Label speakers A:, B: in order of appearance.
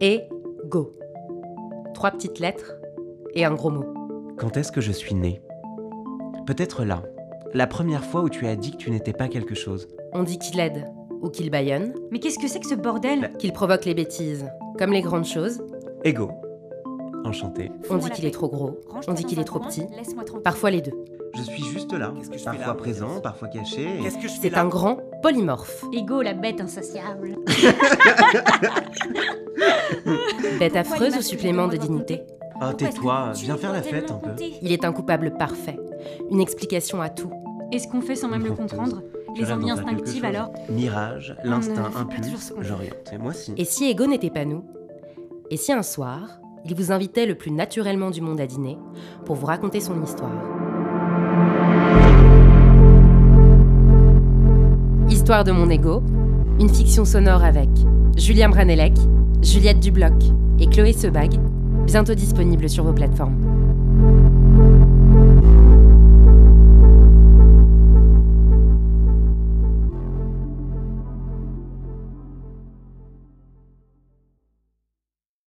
A: et go. Trois petites lettres et un gros mot.
B: Quand est-ce que je suis né Peut-être là, la première fois où tu as dit que tu n'étais pas quelque chose.
A: On dit qu'il aide ou qu'il baillonne,
C: Mais qu'est-ce que c'est que ce bordel
A: qu'il provoque les bêtises, comme les grandes choses.
B: Ego. Enchanté.
A: Bah, On dit qu'il est trop gros, on dit qu'il est trop petit, parfois les deux.
B: Je suis juste là,
D: Qu'est-ce que je fais
B: parfois
D: là
B: présent, parfois caché. Oh, et-
D: Qu'est-ce que je fais
A: C'est
D: là
A: un grand polymorphe.
C: Ego, la bête insatiable.
A: Bête
C: Pourquoi il
A: affreuse
C: m'a
A: ou
C: fait
A: supplément de
C: tellement
A: dignité,
B: Ah,
C: Pourquoi est-ce que
B: tais-toi,
C: tu
B: viens
C: me
B: faire la
C: dois
B: fête un
C: tellement
B: peu.
C: compter
A: il est un coupable parfait, une explication à tout.
C: Est-ce qu'on fait sans même le
B: Menteuse.
C: comprendre
B: Tu
C: Les
B: rêves
C: envies
B: d'en faire quelque
C: instinctives
B: chose.
C: alors
B: Mirage,
C: On
B: l'instinct
C: ne fait pas toujours
B: impulse,
C: ce qu'on veut.
B: j'oriente. Et moi si.
A: Et si Ego n'était pas nous Et si un soir, il vous invitait le plus naturellement du monde à dîner pour vous raconter son histoire Histoire de mon ego, une fiction sonore avec Julien Branelec, Juliette Dubloc et Chloé Sebag, bientôt disponible sur vos plateformes.